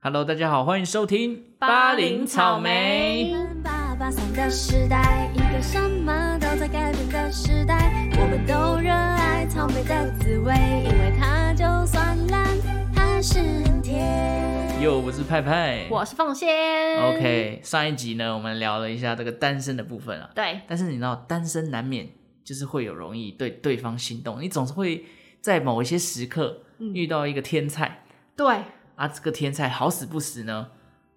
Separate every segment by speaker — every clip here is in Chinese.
Speaker 1: Hello，大家好，欢迎收听
Speaker 2: 巴林草莓。
Speaker 3: 八八三的时代，一个什么都在改变的时代，我们都热爱草莓的滋味，因为它就算烂，还是很甜。
Speaker 1: 哟，我是派派。
Speaker 2: 我是凤仙。
Speaker 1: OK，上一集呢，我们聊了一下这个单身的部分啊。
Speaker 2: 对，
Speaker 1: 但是你知道，单身难免就是会有容易对对方心动，你总是会在某一些时刻
Speaker 2: 嗯
Speaker 1: 遇到一个天才、
Speaker 2: 对，
Speaker 1: 啊，这个天才好死不死呢，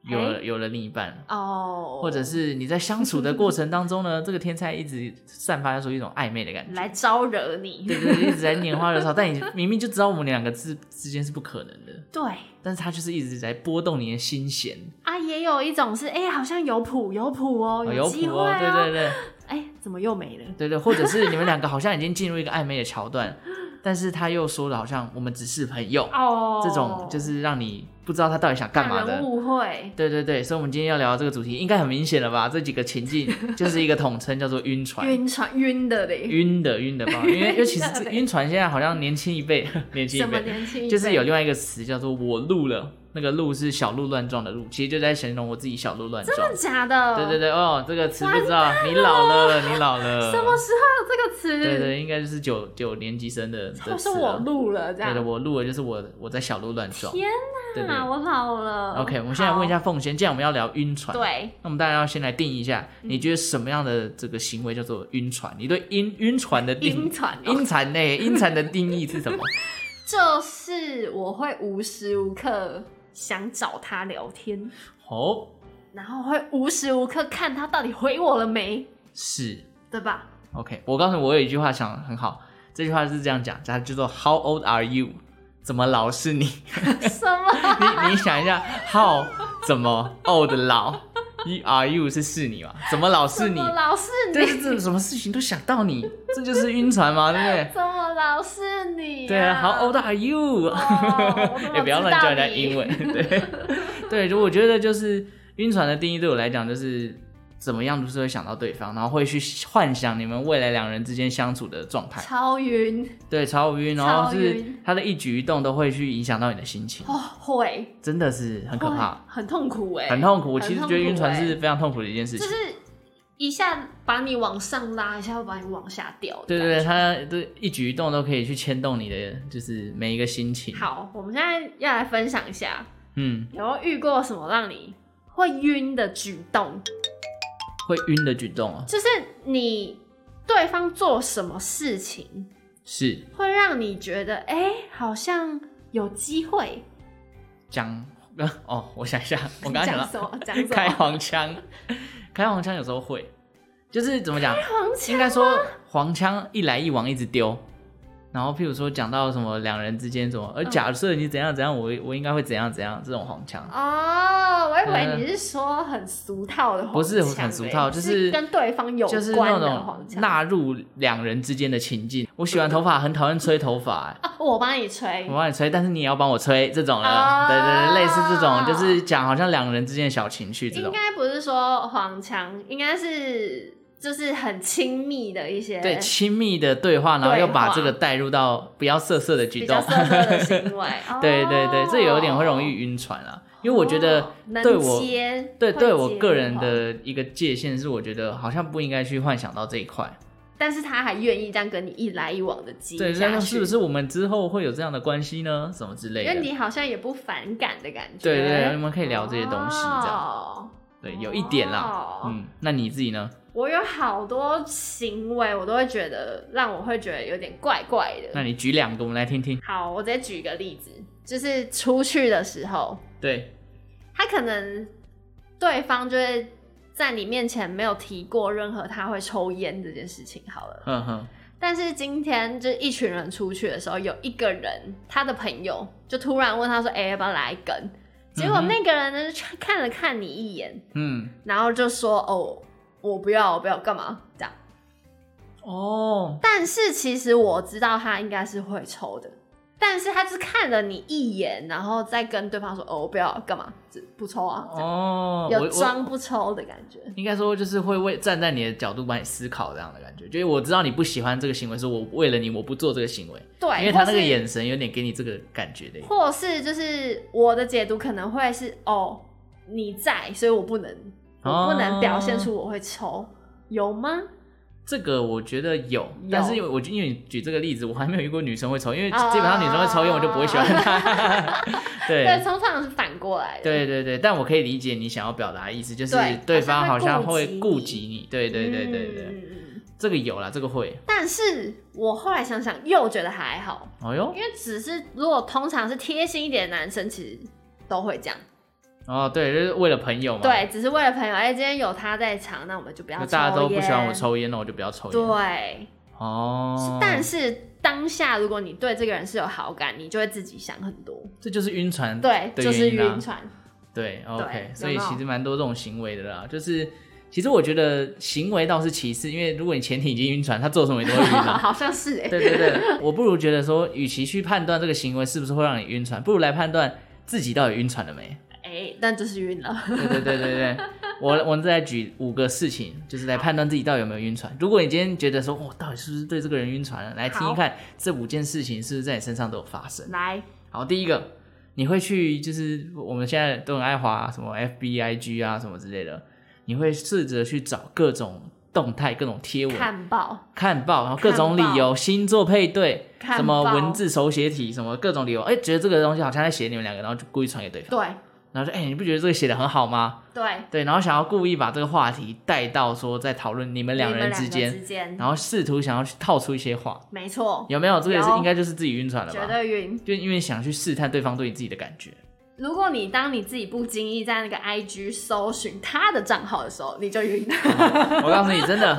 Speaker 2: 哎
Speaker 1: 有了有了另一半，
Speaker 2: 哦，
Speaker 1: 或者是你在相处的过程当中 呢，这个天才一直散发出一种暧昧的感觉。
Speaker 2: 来招惹你。
Speaker 1: 对对对，一直在拈花惹草，但你明明就知道我们两个之之间是不可能的，
Speaker 2: 对
Speaker 1: 但是他就是一直在拨动你的心弦，
Speaker 2: 啊，也有一种是，哎、好像有谱有谱哦，
Speaker 1: 哦有
Speaker 2: 机
Speaker 1: 谱
Speaker 2: 会
Speaker 1: 哦，对对 对
Speaker 2: 哎、怎么又没了？
Speaker 1: 对对，或者是你们两个好像已经进入一个暧昧的桥段，但是他又说的好像我们只是朋友，
Speaker 2: 哦，
Speaker 1: 这种就是让你不知道他到底想干嘛
Speaker 2: 让人
Speaker 1: 的。
Speaker 2: 误会。
Speaker 1: 对对对，所以我们今天要聊的这个主题应该很明显了吧？这几个情境就是一个统称，叫做晕船。
Speaker 2: 晕船晕的嘞，
Speaker 1: 晕的晕的吧，因 为尤其是
Speaker 2: 晕的嘞
Speaker 1: 晕船，现在好像年轻一辈， 年轻一
Speaker 2: 什么
Speaker 1: 辈，
Speaker 2: 年轻一辈
Speaker 1: 就是有另外一个词叫做“我路了”，那个“路”是小鹿乱撞的“路”，其实就在形容我自己小鹿乱撞。
Speaker 2: 真的假的？
Speaker 1: 对对对，哦，这个词不知道，你老了，你老了。
Speaker 2: 什么时候有这个词？
Speaker 1: 对对，应该就是九九年级生的。
Speaker 2: 或
Speaker 1: 的
Speaker 2: 是
Speaker 1: 词
Speaker 2: 我
Speaker 1: 了。
Speaker 2: 录了这
Speaker 1: 对
Speaker 2: 样
Speaker 1: 的，。我录的就是我我在小鹿乱撞。
Speaker 2: 天
Speaker 1: 对对。
Speaker 2: 啊，我老了。
Speaker 1: OK，我们现在问一下凤仙，既然我们要聊晕船，
Speaker 2: 好。，对，嗯
Speaker 1: 那我们大家要先来定义一下，你觉得什么样的这个行为叫做晕船？你对晕晕船的定
Speaker 2: 晕船哦
Speaker 1: 晕船呢、晕船的定义是什么？
Speaker 2: 就是我会无时无刻想找他聊天。
Speaker 1: 哦，
Speaker 2: 然后会无时无刻看他到底回我了没，
Speaker 1: 是
Speaker 2: 对吧？
Speaker 1: OK，我告诉你，我有一句话想得很好，这句话是这样讲，它叫做 How old are you？怎么老是你？
Speaker 2: 什么？
Speaker 1: 你 你想一下，How 怎么 old 老？You are you 是是你嘛？怎么老是
Speaker 2: 怎
Speaker 1: 你
Speaker 2: 么？老是
Speaker 1: 对，
Speaker 2: 你？
Speaker 1: 这种什么事情都想到你，这就是晕船嘛，对不对？
Speaker 2: 怎么老是你、
Speaker 1: 对啊，How old are you？
Speaker 2: 哦我怎么知道你
Speaker 1: 也不要乱叫人家英文。对对，就我觉得就是晕船的定义对我来讲就是怎么样，就是会想到对方，然后会去幻想你们未来两人之间相处的状态。
Speaker 2: 超晕
Speaker 1: 对，超晕，然后
Speaker 2: 超
Speaker 1: 是
Speaker 2: 晕
Speaker 1: 他的一举一动都会去影响到你的心情，
Speaker 2: 哦，会
Speaker 1: 真的是很可怕，
Speaker 2: 会很痛苦哎、
Speaker 1: 很痛苦。我
Speaker 2: 很
Speaker 1: 其实
Speaker 2: 痛
Speaker 1: 觉得
Speaker 2: 苦
Speaker 1: 晕船
Speaker 2: 欸
Speaker 1: 是非常痛苦的一件事
Speaker 2: 就
Speaker 1: 情。
Speaker 2: 是一下把你往上拉，一下又把你往下掉。
Speaker 1: 对
Speaker 2: 这
Speaker 1: 对对，
Speaker 2: 样
Speaker 1: 他的一举一动都可以去牵动你的，就是每一个心情。
Speaker 2: 好，我们现在要来分享一下，
Speaker 1: 嗯，
Speaker 2: 有没有遇过什么让你会晕的举动？
Speaker 1: 会晕的举动啊，
Speaker 2: 就是你对方做什么事情，
Speaker 1: 是
Speaker 2: 会让你觉得，哎、好像有机会。
Speaker 1: 讲 哦，我想一 下，我刚刚
Speaker 2: 讲
Speaker 1: 想
Speaker 2: 什
Speaker 1: 到
Speaker 2: 么？讲什么？
Speaker 1: 啊开黄腔， 开黄腔有时候会，就是怎么 讲，
Speaker 2: 黄
Speaker 1: 应
Speaker 2: 腔
Speaker 1: 该说黄腔一来一往一直丢，然后譬如说讲到什么两人之间什么，而呃
Speaker 2: 嗯
Speaker 1: 假设你怎样怎样，我我应该会怎样怎样这种黄腔，
Speaker 2: 哦，我以为你是说很俗套的黄腔、
Speaker 1: 嗯不是很俗套，
Speaker 2: 哎
Speaker 1: 就是
Speaker 2: 跟对方有
Speaker 1: 就是那
Speaker 2: 关的黄
Speaker 1: 种
Speaker 2: 腔。
Speaker 1: 纳入两人之间的情境。我洗完头发很讨厌吹头发、欸
Speaker 2: 啊， 我帮你吹
Speaker 1: 我，帮你吹，但是你也要帮我吹这种了，
Speaker 2: 啊
Speaker 1: 对对对，类似这种，就是讲好像两人之间的小情绪这
Speaker 2: 应
Speaker 1: 种。
Speaker 2: 该不是说黄腔，应该是就是很亲密的一些
Speaker 1: 对亲密的对话，然后
Speaker 2: 对
Speaker 1: 又把
Speaker 2: 话
Speaker 1: 这个带入到不要色色的举
Speaker 2: 比
Speaker 1: 动。
Speaker 2: 较，色色的行为
Speaker 1: 对对对，这有点会容易
Speaker 2: 哦，
Speaker 1: 晕船啊，因为我觉
Speaker 2: 哦
Speaker 1: 得
Speaker 2: 能
Speaker 1: 对我
Speaker 2: 接
Speaker 1: 对
Speaker 2: 会
Speaker 1: 对我
Speaker 2: 接哦
Speaker 1: 个人
Speaker 2: 话
Speaker 1: 的一个界限是，我觉得好像不应该去幻想到这一块。
Speaker 2: 但是他还愿意这样跟你一来一往的激
Speaker 1: 对，
Speaker 2: 下
Speaker 1: 那
Speaker 2: 去，
Speaker 1: 是不是我们之后会有这样的关系呢？什么之类
Speaker 2: 因为
Speaker 1: 的？
Speaker 2: 你好像也不反感的感觉。
Speaker 1: 对对，你们可以聊这些东西，这样
Speaker 2: 哦、
Speaker 1: 对，有一点啦
Speaker 2: 哦。
Speaker 1: 嗯，那你自己呢？
Speaker 2: 我有好多行为，我都会觉得让我会觉得有点怪怪
Speaker 1: 那
Speaker 2: 的。
Speaker 1: 你举两个，我们来听听。
Speaker 2: 好，我直接举一个例子，就是出去的时候，
Speaker 1: 对，
Speaker 2: 他可能对方就会在你面前没有提过任何他会抽烟这件事情。好了，
Speaker 1: 哼嗯哼，
Speaker 2: 但是今天就是一群人出去的时候，有一个人他的朋友就突然问他说：“哎、要不要来一根？”结果
Speaker 1: 嗯哼
Speaker 2: 那个人呢，就看了看你一眼，
Speaker 1: 嗯，
Speaker 2: 然后就说：“哦，我不要，我不要，干嘛？”这样。
Speaker 1: 哦，
Speaker 2: 但是其实我知道他应该是会抽的，但是他只看了你一眼，然后再跟对方说：“哦，我不要干嘛，只不抽啊。这样
Speaker 1: 哦，我
Speaker 2: 有
Speaker 1: 我
Speaker 2: 装不抽的感觉。
Speaker 1: 应该说就是会为站在你的角度帮你思考这样的感觉，就是我知道你不喜欢这个行为，所以我为了你我不做这个行为，
Speaker 2: 对，
Speaker 1: 因为他
Speaker 2: 或
Speaker 1: 那个
Speaker 2: 是
Speaker 1: 眼神有点给你这个感觉的。
Speaker 2: 或是就是我的解读可能会是哦，你在，所以我不能，我不能表现出我会
Speaker 1: 哦
Speaker 2: 抽，有吗？
Speaker 1: 这个我觉得有，但是因为我因为你举这个例子，我还没有遇过女生会抽，因为
Speaker 2: 哦
Speaker 1: 基本上女生会抽烟，我就不会喜欢她。
Speaker 2: 对，
Speaker 1: 对
Speaker 2: 通常是反过来的。
Speaker 1: 对对对，但我可以理解你想要表达的意思，就是
Speaker 2: 对
Speaker 1: 对方好
Speaker 2: 好像
Speaker 1: 像
Speaker 2: 会
Speaker 1: 会
Speaker 2: 顾
Speaker 1: 顾
Speaker 2: 及
Speaker 1: 及你。对对对对对，
Speaker 2: 嗯嗯嗯
Speaker 1: 这个有啦，这个会。
Speaker 2: 但是我后来想想，又觉得还好，
Speaker 1: 哦哟
Speaker 2: 因，为只是如果通常是贴心一点的男生，其实都会这样。
Speaker 1: 哦对，就是为了朋友嘛。
Speaker 2: 对，，只是为了朋友，哎、今天有他在场，那我们就不要
Speaker 1: 就
Speaker 2: 抽
Speaker 1: 大家都不
Speaker 2: 烟
Speaker 1: 喜欢我。抽烟，那我就不要抽烟。
Speaker 2: 对，
Speaker 1: 哦，
Speaker 2: 但是当下如果你对这个人是有好感，你就会自己想很多。
Speaker 1: 这就是晕船的
Speaker 2: 对，就是
Speaker 1: 嗯原因啊
Speaker 2: 晕船。
Speaker 1: 对，OK，所
Speaker 2: 有
Speaker 1: 以
Speaker 2: 没有
Speaker 1: 其实蛮多这种行为的啦，就是其实我觉得行为倒是其次，因为如果你前提已经晕船，他做什么你都会晕啊。
Speaker 2: 好像是哎、
Speaker 1: 对对对，我不如觉得说，与其去判断这个行为是不是会让你晕船，不如来判断自己到底晕船了没。
Speaker 2: 哎、但就是晕了。
Speaker 1: 对对对对 对，我我再来举五个事情，就是来判断自己到底有没有晕船。如果你今天觉得说，我、哦到底是不是对这个人晕船了，来听
Speaker 2: 好
Speaker 1: 一看这五件事情是不是在你身上都有发生。
Speaker 2: 来，
Speaker 1: 好，第一个，你会去就是我们现在都很爱滑什么 FB、IG 啊什么之类的，你会试着去找各种动态、各种贴文、
Speaker 2: 看报，
Speaker 1: 看报，然后各种理由、星座配对、
Speaker 2: 看
Speaker 1: 什么
Speaker 2: 报
Speaker 1: 文字手写体、什么各种理由，哎、觉得这个东西好像在写你们两个，然后就故意传给对方，
Speaker 2: 对
Speaker 1: 然后说，哎、你不觉得这个写的很好吗？
Speaker 2: 对，
Speaker 1: 对，然后想要故意把这个话题带到说在讨论你们两
Speaker 2: 你们
Speaker 1: 人
Speaker 2: 两
Speaker 1: 之
Speaker 2: 个
Speaker 1: 间，
Speaker 2: 之间，
Speaker 1: 然后试图想要去套出一些话，
Speaker 2: 没错，
Speaker 1: 有没有？这个也是
Speaker 2: 有
Speaker 1: 应该就是自己晕船了
Speaker 2: 绝
Speaker 1: 吧？
Speaker 2: 对晕。
Speaker 1: 就因为想去试探对方对你自己的感觉。
Speaker 2: 如果你当你自己不经意在那个 IG 搜寻他的账号的时候，你就晕了。
Speaker 1: 我告诉你，真的，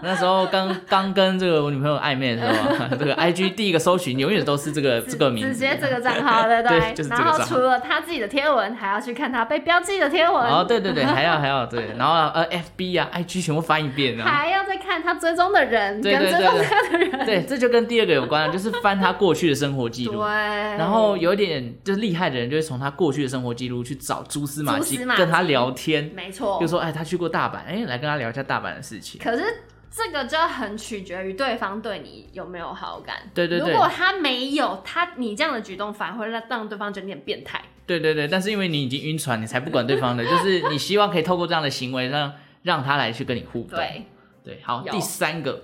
Speaker 1: 那时候刚刚跟这个我女朋友暧昧的时候 啊，这个 IG 第一个搜寻永远都是这个这个名字，啊
Speaker 2: 直接这个账 号，对不对？
Speaker 1: 对就是这个
Speaker 2: 然
Speaker 1: 账号
Speaker 2: 后除了他自己的贴文，还要去看他被标记的贴文，
Speaker 1: 哦，对对对，还要还要对，然后呃，FB 啊，IG 全部翻一遍啊，
Speaker 2: 还要再看他追踪的人
Speaker 1: 对
Speaker 2: 跟
Speaker 1: 对
Speaker 2: 追踪
Speaker 1: 对
Speaker 2: 他的人，
Speaker 1: 对，这就跟第二个有关了，就是翻他过去的生活记录。然
Speaker 2: 然
Speaker 1: 后有一点就是厉害的人，就会从他过去的生活记录去找蛛丝马迹，
Speaker 2: 蛛丝马迹哦
Speaker 1: 跟他聊天，
Speaker 2: 没错，
Speaker 1: 就说哎，他去过大阪，哎，来跟他聊一下大阪的事情。
Speaker 2: 可是这个就很取决于对方对你有没有好感。
Speaker 1: 对对对
Speaker 2: 如果他没有，他你这样的举动反而会让让对方觉得你很变态。
Speaker 1: 对对对，但是因为你已经晕船，你才不管对方的，就是你希望可以透过这样的行为让让他来去跟你互动。
Speaker 2: 对，
Speaker 1: 对，好，
Speaker 2: 有
Speaker 1: 第三个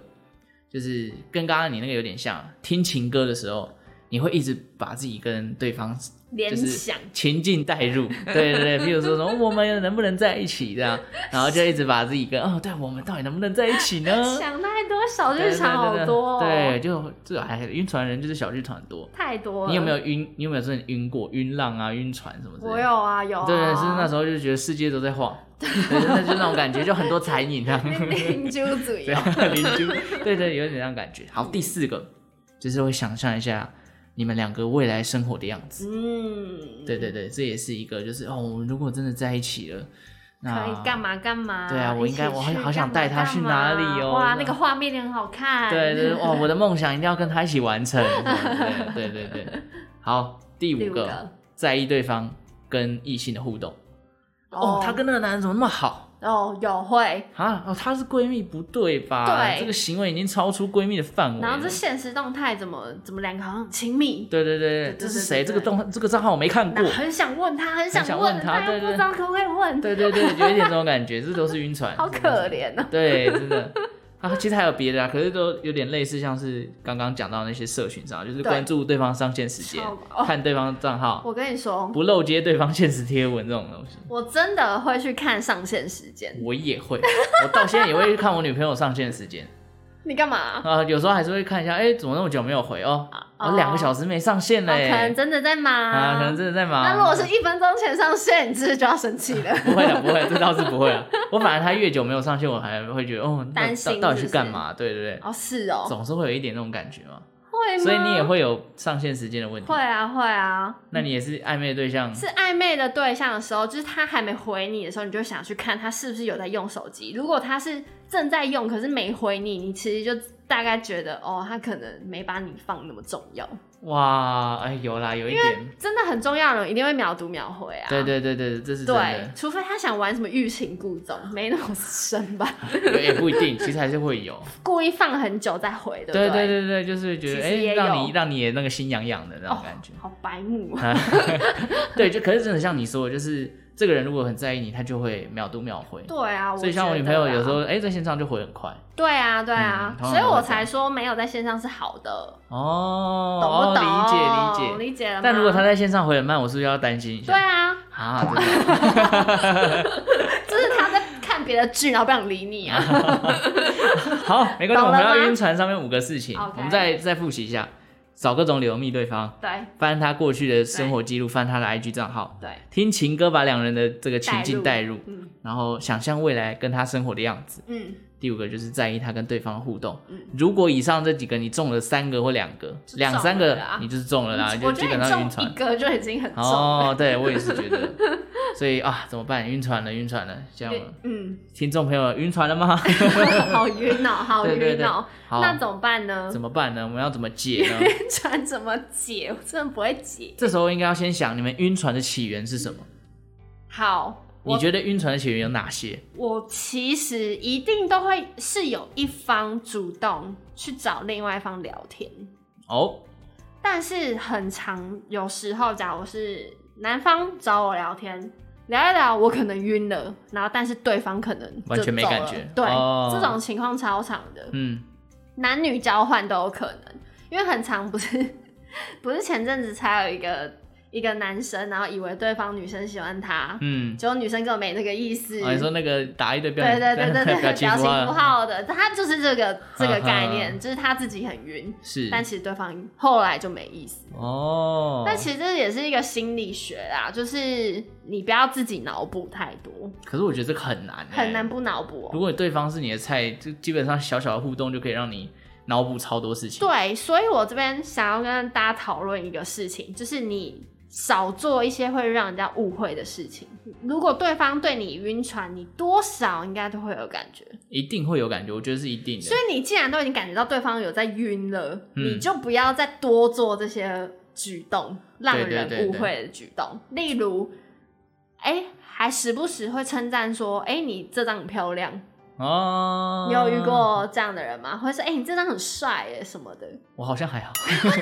Speaker 1: 就是跟刚刚你那个有点像，听情歌的时候，你会一直把自己跟对方
Speaker 2: 联
Speaker 1: 就是
Speaker 2: 想。
Speaker 1: 情境带 入，对对对，比如说什么我们能不能在一起这样，然后就一直把自己跟哦，对我们到底能不能在一起呢？
Speaker 2: 想太多， 小
Speaker 1: 呃对
Speaker 2: 剧
Speaker 1: 对
Speaker 2: 场好
Speaker 1: 对
Speaker 2: 多、哦
Speaker 1: 对，就这还晕船人就是小剧场很多。
Speaker 2: 太多了。
Speaker 1: 你有没有？晕？你有没有真的晕过？晕浪啊，晕船什么之类的？
Speaker 2: 我有啊，有啊。
Speaker 1: 对，是那时候就觉得世界都在晃，对，那就是那种感觉，就很多残影 这样，
Speaker 2: 邻居嘴
Speaker 1: 对
Speaker 2: 哦，
Speaker 1: 邻居，对对，有点那样感觉。好，第四个就是会想象一下你们两个未来生活的样子。
Speaker 2: 嗯，
Speaker 1: 对对对，这也是一个，就是哦，我们如果真的在一起了，那
Speaker 2: 可以干？嘛干嘛？
Speaker 1: 对啊我
Speaker 2: 一
Speaker 1: 应
Speaker 2: 起
Speaker 1: 该我好
Speaker 2: 去
Speaker 1: 好想
Speaker 2: 干嘛
Speaker 1: 带他
Speaker 2: 干
Speaker 1: 去
Speaker 2: 嘛
Speaker 1: 哪里哦
Speaker 2: 哇，
Speaker 1: 这
Speaker 2: 那
Speaker 1: 样
Speaker 2: 个画面也很好看。
Speaker 1: 对对，哇，我的梦想一定要跟他一起完 成。对对对对，好，第
Speaker 2: 第
Speaker 1: 五
Speaker 2: 五
Speaker 1: 个
Speaker 2: 个，
Speaker 1: 在意对方跟异性的互动。
Speaker 2: 哦
Speaker 1: 哦，他跟那个男人怎么那么好？
Speaker 2: 哦，有会。
Speaker 1: 啊哦，她是闺蜜不对吧？
Speaker 2: 对
Speaker 1: 这个行为已经超出闺蜜的范围了。
Speaker 2: 然后这现实动态怎么怎么两个好像很亲密，
Speaker 1: 对对对
Speaker 2: 对对
Speaker 1: 这是
Speaker 2: 对
Speaker 1: 谁？
Speaker 2: 对
Speaker 1: 这个动这个账号我没看过
Speaker 2: 那。很想问他，很
Speaker 1: 哦想
Speaker 2: 想
Speaker 1: 问他
Speaker 2: 他，
Speaker 1: 对
Speaker 2: 又不
Speaker 1: 对
Speaker 2: 知道可不可以 问，
Speaker 1: 对对对，有一点这种感觉，这都是晕船。
Speaker 2: 好可怜哦。
Speaker 1: 对，真的。 啊，其实还有别的啊，可是都有点类似，像是刚刚讲到那些社群上，就是
Speaker 2: 对
Speaker 1: 关注对方上线时间
Speaker 2: 超哦，
Speaker 1: 看对方账号，
Speaker 2: 我跟你说，
Speaker 1: 不漏接对方现实贴文这种东西，
Speaker 2: 我真的会去看上线时间。
Speaker 1: 我也会，我到现在也会去看我女朋友上线时 间
Speaker 2: 你干嘛？
Speaker 1: 啊，有时候还是会看一下，哎、怎么那么久没有回哦？我、
Speaker 2: 哦
Speaker 1: 两个小时没上线
Speaker 2: 哦
Speaker 1: 嘞、
Speaker 2: 可能真的在忙
Speaker 1: 啊，可能真的在忙。
Speaker 2: 那如果是一分钟前上线，你是不是就要生气了？
Speaker 1: 不会的，不会，这倒是不会啊。我反而他越久没有上线，我还会觉得哦，那
Speaker 2: 担心
Speaker 1: 到到底
Speaker 2: 是
Speaker 1: 去
Speaker 2: 不是
Speaker 1: 干嘛？对对对，
Speaker 2: 哦，是哦，
Speaker 1: 总是会有一点那种感觉嘛。
Speaker 2: 会吗？
Speaker 1: 所以你也会有上线时间的问题
Speaker 2: 会。啊，会啊。
Speaker 1: 那你也是暧昧对象，
Speaker 2: 是暧昧的对象的时候，就是他还没回你的时候，你就想去看他是不是有在用手机。如果他是正在用，可是没回你，你其实就大概觉得哦，他可能没把你放那么重要，
Speaker 1: 哇，哎，有啦，有一点，
Speaker 2: 真的很重要的人一定会秒读秒回啊。
Speaker 1: 对对对对，这是真
Speaker 2: 对
Speaker 1: 的，，
Speaker 2: 除非他想玩什么欲擒故纵，没那么深吧？
Speaker 1: 也不一定，其实还是会有。
Speaker 2: 故意放很久再回，对不
Speaker 1: 对对
Speaker 2: 对
Speaker 1: 对对，就是觉得
Speaker 2: 其实也
Speaker 1: 哎，
Speaker 2: 有
Speaker 1: 让你让你也那个心痒痒的那种
Speaker 2: 哦
Speaker 1: 感觉。
Speaker 2: 好白目啊！
Speaker 1: 对，就可是真的像你说的，就是这个人如果很在意你，他就会秒读秒回。
Speaker 2: 对啊，
Speaker 1: 所以像我
Speaker 2: 觉
Speaker 1: 女
Speaker 2: 得
Speaker 1: 朋友有时
Speaker 2: 啊，
Speaker 1: 候哎，在线上就回很快。
Speaker 2: 对啊对啊
Speaker 1: 嗯，通常
Speaker 2: 所以
Speaker 1: 都会
Speaker 2: 我
Speaker 1: 这样
Speaker 2: 才说没有在线上是好的，
Speaker 1: 哦，
Speaker 2: 懂不懂？
Speaker 1: 哦理解理解。
Speaker 2: 理解了吗。
Speaker 1: 但如果他在线上回很慢，我是不是要担心一下？
Speaker 2: 对啊，
Speaker 1: 啊，真的
Speaker 2: 就是他在看别的剧，然后不想理你
Speaker 1: 嗯
Speaker 2: 啊。
Speaker 1: 好，没关系，
Speaker 2: 懂
Speaker 1: 我
Speaker 2: 了
Speaker 1: 们
Speaker 2: 吗
Speaker 1: 要晕船上面五个事情
Speaker 2: OK
Speaker 1: 我们再再复习一下，找各种理由密对方，
Speaker 2: 对
Speaker 1: 翻他过去的生活记录，翻他的 IG 账号，
Speaker 2: 对，
Speaker 1: 听情歌把两人的这个情境带
Speaker 2: 代
Speaker 1: 入，
Speaker 2: 嗯
Speaker 1: 然后想象未来跟他生活的样子。
Speaker 2: 嗯，
Speaker 1: 第五个就是在意他跟对方的互动。
Speaker 2: 嗯
Speaker 1: 如果以上这几个你中了三个或两个，
Speaker 2: 就中了
Speaker 1: 两三个
Speaker 2: 啊
Speaker 1: 你就是中了啦，
Speaker 2: 你
Speaker 1: 就
Speaker 2: 我觉
Speaker 1: 基
Speaker 2: 得
Speaker 1: 本
Speaker 2: 你
Speaker 1: 上晕
Speaker 2: 中
Speaker 1: 船。
Speaker 2: 一个就已经很重了。
Speaker 1: 哦，对我也是觉得， 所以啊，怎么办？晕船了，晕船了，这样
Speaker 2: 对嗯，
Speaker 1: 听众朋友晕船了吗？
Speaker 2: 好晕哦，好
Speaker 1: 对对
Speaker 2: 晕
Speaker 1: 对
Speaker 2: 哦。
Speaker 1: 好，
Speaker 2: 那怎么办呢？
Speaker 1: 怎么办呢？我们要怎么解呢？
Speaker 2: 晕船怎么解？我真的不会解。
Speaker 1: 这时候应该要先想你们晕船的起源是什么？
Speaker 2: 好，
Speaker 1: 你
Speaker 2: 我
Speaker 1: 觉得晕船的起源有哪些？
Speaker 2: 我其实一定都会是有一方主动去找另外一方聊天，
Speaker 1: 哦，
Speaker 2: 但是很常有时候，假如是男方找我聊天。聊一聊，我可能晕了，然后但是对方可能就
Speaker 1: 完全没
Speaker 2: 走
Speaker 1: 感
Speaker 2: 了
Speaker 1: 觉
Speaker 2: 对，
Speaker 1: 哦
Speaker 2: 这种情况超常的。
Speaker 1: 嗯，
Speaker 2: 男女交换都有可能，因为很常不是 不是前阵子才有一个一个男生，然后以为对方女生喜欢他，
Speaker 1: 嗯，
Speaker 2: 结果女生根本没那个意思。
Speaker 1: 哦，你说那个打一堆 标
Speaker 2: 对对对对对，
Speaker 1: 表
Speaker 2: 表
Speaker 1: 情
Speaker 2: 情
Speaker 1: 符
Speaker 2: 符
Speaker 1: 号
Speaker 2: 号的，他就是这个这个概
Speaker 1: 嗯
Speaker 2: 念，就是他自己很晕，
Speaker 1: 是
Speaker 2: 但其实对方后来就没意思。
Speaker 1: 哦，
Speaker 2: 但其实这也是一个心理学啦，就是你不要自己脑补太多，
Speaker 1: 可是我觉得这个很难、欸
Speaker 2: 很难。不脑补、
Speaker 1: 哎如
Speaker 2: 哦。
Speaker 1: 果对方是你的菜，就基本上小小的互动就可以让你脑补超多事情。
Speaker 2: 对，所以我这边想要跟大家讨论一个事情，就是你少做一些会让人家误会的事情。如果对方对你晕船，你多少应该都会有感觉。
Speaker 1: 一定会有感觉，我觉得是一定的
Speaker 2: 所。以你既然都已经感觉到对方有在晕了，
Speaker 1: 嗯
Speaker 2: 你就不要再多做这些举动，让
Speaker 1: 对对对
Speaker 2: 人误会的举动。例如，哎、还时不时会称赞说：“哎、你这张很漂亮。
Speaker 1: 哦，
Speaker 2: 你有遇？过这样的人吗？或者是“哎、你这张很帅耶”什么的，
Speaker 1: 我好像还好，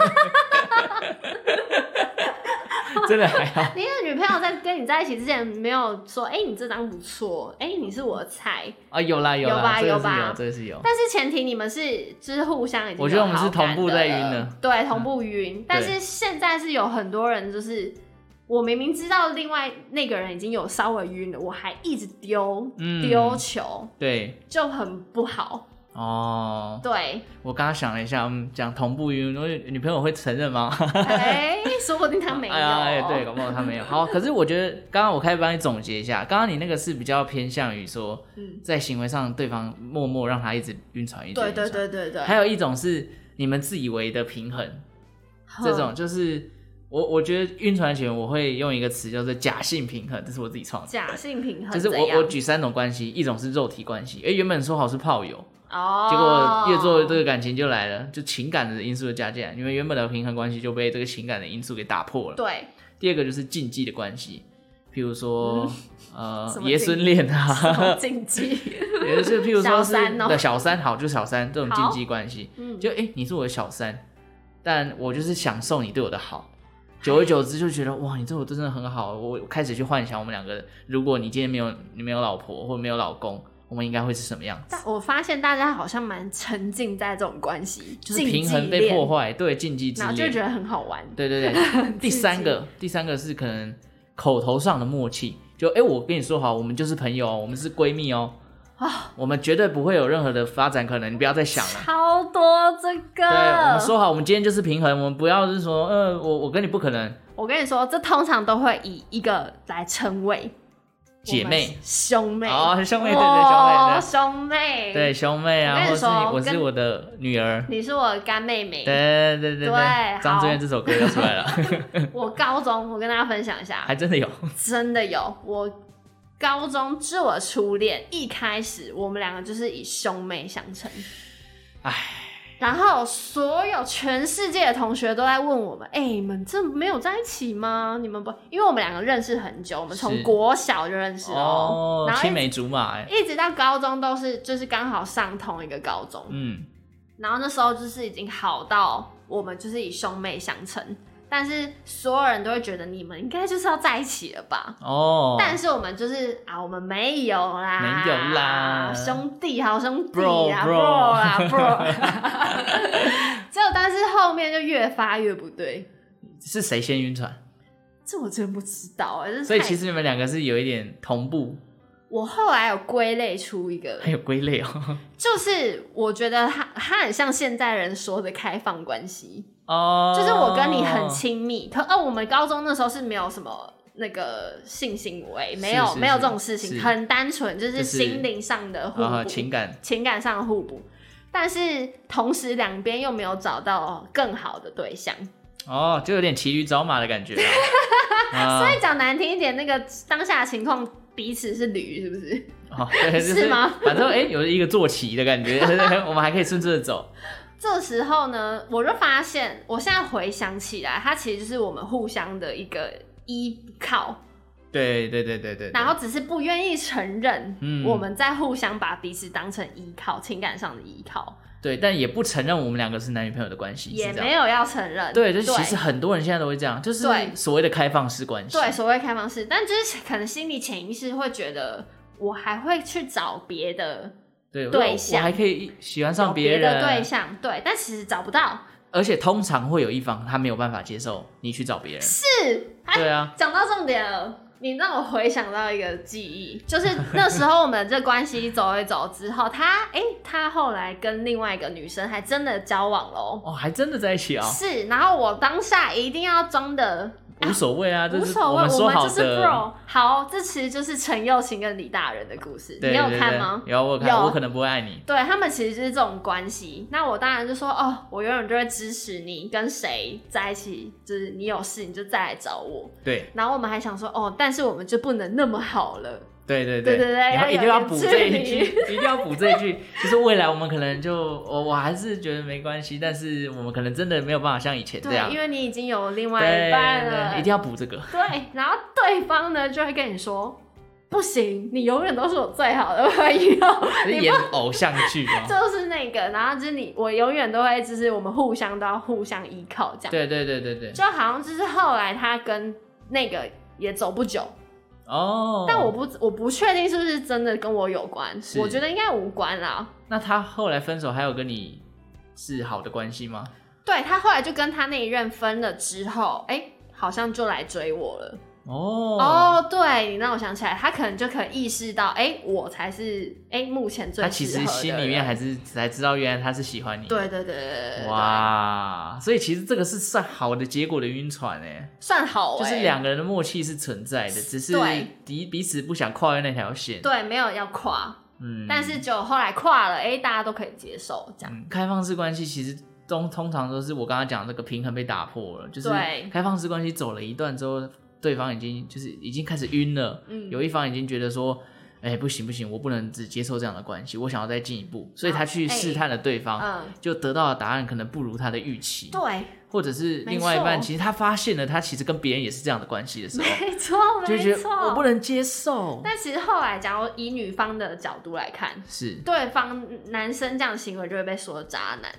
Speaker 1: 真的还好。
Speaker 2: 你的女朋友在跟你在一起之前没有说：“哎、你这张不错，哎、你是我的菜。
Speaker 1: 啊，有啦
Speaker 2: 有
Speaker 1: 啦，
Speaker 2: 吧
Speaker 1: 这个
Speaker 2: 有
Speaker 1: 是
Speaker 2: 吧
Speaker 1: 有，这个是有”。
Speaker 2: 但是前提你们是就是互相已经
Speaker 1: 我觉得
Speaker 2: 有
Speaker 1: 我们是
Speaker 2: 好感
Speaker 1: 同步在晕
Speaker 2: 的
Speaker 1: 的，嗯
Speaker 2: 对，同步晕。但是现在是有很多人就是。我明明知道另外那个人已经有稍微晕了，我还一直丢
Speaker 1: 嗯
Speaker 2: 丢球，
Speaker 1: 对，
Speaker 2: 就很不好。
Speaker 1: 哦，
Speaker 2: 对，
Speaker 1: 我刚刚想了一下，嗯，讲同步晕，我女朋友会承认吗？
Speaker 2: 哎，说不定他没 有。
Speaker 1: 哎呀，哎，对，搞不好他没有。 好，可是我觉得刚刚我开始帮你总结一下，刚刚你那个是比较偏向于说，
Speaker 2: 嗯
Speaker 1: 在行为上对方默默让他一直晕船，一直
Speaker 2: 对
Speaker 1: 晕船
Speaker 2: 对对对对，
Speaker 1: 还有一种是你们自以为的平衡，这
Speaker 2: 嗯
Speaker 1: 种就是我我觉得晕船前我会用一个词叫做假性平衡，这是我自己创的。
Speaker 2: 假性平衡
Speaker 1: 就是
Speaker 2: 怎
Speaker 1: 我
Speaker 2: 样
Speaker 1: 我举三种关系，一种是肉体关系，哎、原本说好是炮友，
Speaker 2: 哦，
Speaker 1: 结果越做这个感情就来了，就情感的因素就加进来，你们原本的平衡关系就被这个情感的因素给打破了。
Speaker 2: 对
Speaker 1: 第二个就是禁忌的关系，譬如说、
Speaker 2: 嗯什
Speaker 1: 呃
Speaker 2: 么
Speaker 1: 爷
Speaker 2: 禁
Speaker 1: 孙恋
Speaker 2: 什么
Speaker 1: 啊，
Speaker 2: 禁忌，
Speaker 1: 也就是譬如说是
Speaker 2: 小三哦
Speaker 1: 对小三好，就小三这种禁忌关系，
Speaker 2: 嗯
Speaker 1: 就哎、诶你是我的小三，但我就是享受你对我的好。
Speaker 2: 哎
Speaker 1: 久而久之就觉得哇，你对我真的很好，我我开始去幻想我们两个，如果你今天没有你没有老婆或没有老公，我们应该会是什么样子？
Speaker 2: 但我发现大家好像蛮沉浸在这种关系，
Speaker 1: 就是平衡被破，坏，对禁忌之
Speaker 2: 然后就
Speaker 1: 恋
Speaker 2: 觉。得很好玩。
Speaker 1: 对对 对，第三个，第三个是可能口头上的默契，就哎、诶我跟你说好，我们就是朋友哦，我们是闺蜜哦，啊，我们绝对不会有任何的发展可能，你不要再想了。
Speaker 2: 超多这
Speaker 1: 对，我们
Speaker 2: 个，
Speaker 1: 说好，我们今天就是平衡，我们不要是说，呃，我我跟你不可能
Speaker 2: 我跟你说，这通常都会以一个来称谓，
Speaker 1: 姐
Speaker 2: 我
Speaker 1: 妹
Speaker 2: 们兄妹
Speaker 1: 哦，兄妹，对
Speaker 2: 哇
Speaker 1: 对，
Speaker 2: 兄妹，
Speaker 1: 兄妹，对，兄妹啊，或者
Speaker 2: 我跟你
Speaker 1: 是
Speaker 2: 说
Speaker 1: 你我是
Speaker 2: 跟
Speaker 1: 我的女儿，
Speaker 2: 你是我的干妹妹，
Speaker 1: 对对对
Speaker 2: 对
Speaker 1: 张震
Speaker 2: 好
Speaker 1: 岳这首歌又出来 了，
Speaker 2: 我高中，我跟大家分享一下，
Speaker 1: 还真的有，
Speaker 2: 真的有我。高中是我初恋，一开始我们两个就是以兄妹相称，
Speaker 1: 唉，
Speaker 2: 然后所有全世界的同学都在问我们：“哎、你们这没有在一起吗？你们不？因为我们两个认识很久，我们从
Speaker 1: 是
Speaker 2: 国小就认识哦，然后
Speaker 1: 青
Speaker 2: 一直
Speaker 1: 梅竹马、欸，
Speaker 2: 一直到高中都是就是刚好上同一个高中，
Speaker 1: 嗯，
Speaker 2: 然后那时候就是已经好到我们就是以兄妹相称，但是所有人都会觉得你们应该就是要在一起了吧？
Speaker 1: 哦，
Speaker 2: 但是我们就是啊，我们没有啦，
Speaker 1: 没有啦
Speaker 2: 兄弟好兄弟
Speaker 1: Bro，
Speaker 2: 啊
Speaker 1: bro
Speaker 2: 啦 bro，只有但是后面就越发越不对，
Speaker 1: 是谁先晕船？
Speaker 2: 这我真不知道哎、这
Speaker 1: 所以
Speaker 2: 太
Speaker 1: 其实你们两个是有一点同步，
Speaker 2: 我后来有归类出一个
Speaker 1: 还，有归类 哦。
Speaker 2: 就是我觉得他他很像现代人说的开放关系，
Speaker 1: 哦，
Speaker 2: 就是我跟你很亲密，可哦，我们高中那时候是没有什么那个性行为，没有
Speaker 1: 是是
Speaker 2: 没有这种事情，
Speaker 1: 是
Speaker 2: 很单纯，就是
Speaker 1: 就是
Speaker 2: 心灵上的互补，
Speaker 1: 啊，情感
Speaker 2: 情感上的互补。但是同时两边又没有找到更好的对象，
Speaker 1: 哦，就有点骑驴找马的感觉啊。 啊
Speaker 2: 所以讲难听一点，那个当下的情况彼此是驴，是不是？
Speaker 1: 哦，对，就是
Speaker 2: 吗？
Speaker 1: 反正哎、有一个坐骑的感 觉，我们还可以顺着走。
Speaker 2: 这时候呢，我就发现，我现在回想起来，它其实就是我们互相的一个依靠，
Speaker 1: 对对对对对。对
Speaker 2: 然后只是不愿意承认，
Speaker 1: 嗯
Speaker 2: 我们在互相把彼此当成依靠，情感上的依靠，
Speaker 1: 对，但也不承认我们两个是男女朋友的关系，
Speaker 2: 也
Speaker 1: 是这
Speaker 2: 没
Speaker 1: 样。
Speaker 2: 有要承认。
Speaker 1: 对，就是其实很多人现在都会这样，就是
Speaker 2: 对
Speaker 1: 所谓的开放式关系。
Speaker 2: 对，所谓开放式，但就是可能心里潜意识会觉得，我还会去找别的
Speaker 1: 对
Speaker 2: 对
Speaker 1: 我我
Speaker 2: 象
Speaker 1: 还可以喜欢
Speaker 2: 找
Speaker 1: 上别
Speaker 2: 的
Speaker 1: 人，
Speaker 2: 对象，对，但其实找不到。
Speaker 1: 而且通常会有一方他没有办法接受你去找别人。
Speaker 2: 是， 哎
Speaker 1: 对啊，
Speaker 2: 讲到重点了，你让我回想到一个记忆，就是那时候我们这关系走一走之后，他哎、他后来跟另外一个女生还真的交往喽。
Speaker 1: 哦，还真的在一 起啊、
Speaker 2: 是，然后我当下一定要装的
Speaker 1: 无所谓啊，这
Speaker 2: 无
Speaker 1: 是
Speaker 2: 所谓，
Speaker 1: 们
Speaker 2: 我
Speaker 1: 说
Speaker 2: 们
Speaker 1: 好
Speaker 2: 就是
Speaker 1: 的。
Speaker 2: bro。好，这其实就是陈佑琴跟李大人的故事，
Speaker 1: 对
Speaker 2: 你有
Speaker 1: 对对
Speaker 2: 看吗？
Speaker 1: 有我有看，
Speaker 2: 有
Speaker 1: 我可能不会爱你。
Speaker 2: 对他们其实就是这种关系。那我当然就说哦，我永远就会支持你跟谁在一起，就是你有事你就再来找我。
Speaker 1: 对
Speaker 2: 然后我们还想说，哦，但是我们就不能那么好了。
Speaker 1: 对对
Speaker 2: 对对对
Speaker 1: 然后一
Speaker 2: 要
Speaker 1: 定
Speaker 2: 有
Speaker 1: 要
Speaker 2: 点
Speaker 1: 补
Speaker 2: 距
Speaker 1: 这一
Speaker 2: 离
Speaker 1: 句， 一定要补这一句。就是未来我们可能就我我还是觉得没关系，但是我们可能真的没有办法像以前这
Speaker 2: 对
Speaker 1: 样，。
Speaker 2: 因为你已经有另
Speaker 1: 对
Speaker 2: 外一半
Speaker 1: 对，
Speaker 2: 了，
Speaker 1: 对一定要补这 个。
Speaker 2: 对。然后对方呢就会跟你说，不行，你永远都是我最好的 朋友，
Speaker 1: 是
Speaker 2: 你
Speaker 1: 演
Speaker 2: 不
Speaker 1: 偶像剧 哦。
Speaker 2: 就是那个。然后就是你，我永远都会，就是我们互相都要互相依靠，这样。
Speaker 1: 对对对对对。
Speaker 2: 就好像就是后来他跟那个也走不久，
Speaker 1: 哦。
Speaker 2: 但我不我不确定是不是真的跟我有关，
Speaker 1: 是
Speaker 2: 我觉得应该无关啦。
Speaker 1: 那他后来分手还有跟你是好的关系吗？
Speaker 2: 对他后来就跟他那一任分了之后，哎、好像就来追我了。
Speaker 1: 哦。
Speaker 2: 哦、对你让我想起来，他可能就可能意识到，哎、我才是哎、目前最
Speaker 1: 他其
Speaker 2: 适
Speaker 1: 实
Speaker 2: 合的
Speaker 1: 心里
Speaker 2: 人
Speaker 1: 面还是才知道，原来他是喜欢你。。
Speaker 2: 对对对对对对，对
Speaker 1: 哇，所以其实这个是算好的结果的晕船哎，
Speaker 2: 算好、
Speaker 1: 就
Speaker 2: 哎
Speaker 1: 是两个人的默契是存在的，只是
Speaker 2: 对
Speaker 1: 彼彼此不想跨越那条线。，
Speaker 2: 对没有要跨，
Speaker 1: 嗯
Speaker 2: 但是就后来跨了，哎、大家都可以接受这样。
Speaker 1: 嗯，开放式关系其实通通常都是我刚刚讲的这个平衡被打破了，就是
Speaker 2: 对
Speaker 1: 开放式关系走了一段之后，对方已经就是已经开始晕了，
Speaker 2: 嗯
Speaker 1: 有一方已经觉得说。哎、不行不行，我不能只接受这样的关系，我想要再进一步，所以
Speaker 2: 啊
Speaker 1: 他去试探了对方，
Speaker 2: 嗯，
Speaker 1: 就得到的答案可能不如他的预期，
Speaker 2: 对，
Speaker 1: 或者是
Speaker 2: 没
Speaker 1: 另外一半
Speaker 2: 错
Speaker 1: 其实他发现了他其实跟别人也是这样的关系的时候，
Speaker 2: 没错
Speaker 1: 就觉
Speaker 2: 没
Speaker 1: 得哦我
Speaker 2: 错
Speaker 1: 不。能接受，
Speaker 2: 但其实后来，假如以女方的角度来看，
Speaker 1: 是
Speaker 2: 对方男生这样行为就会被说渣男，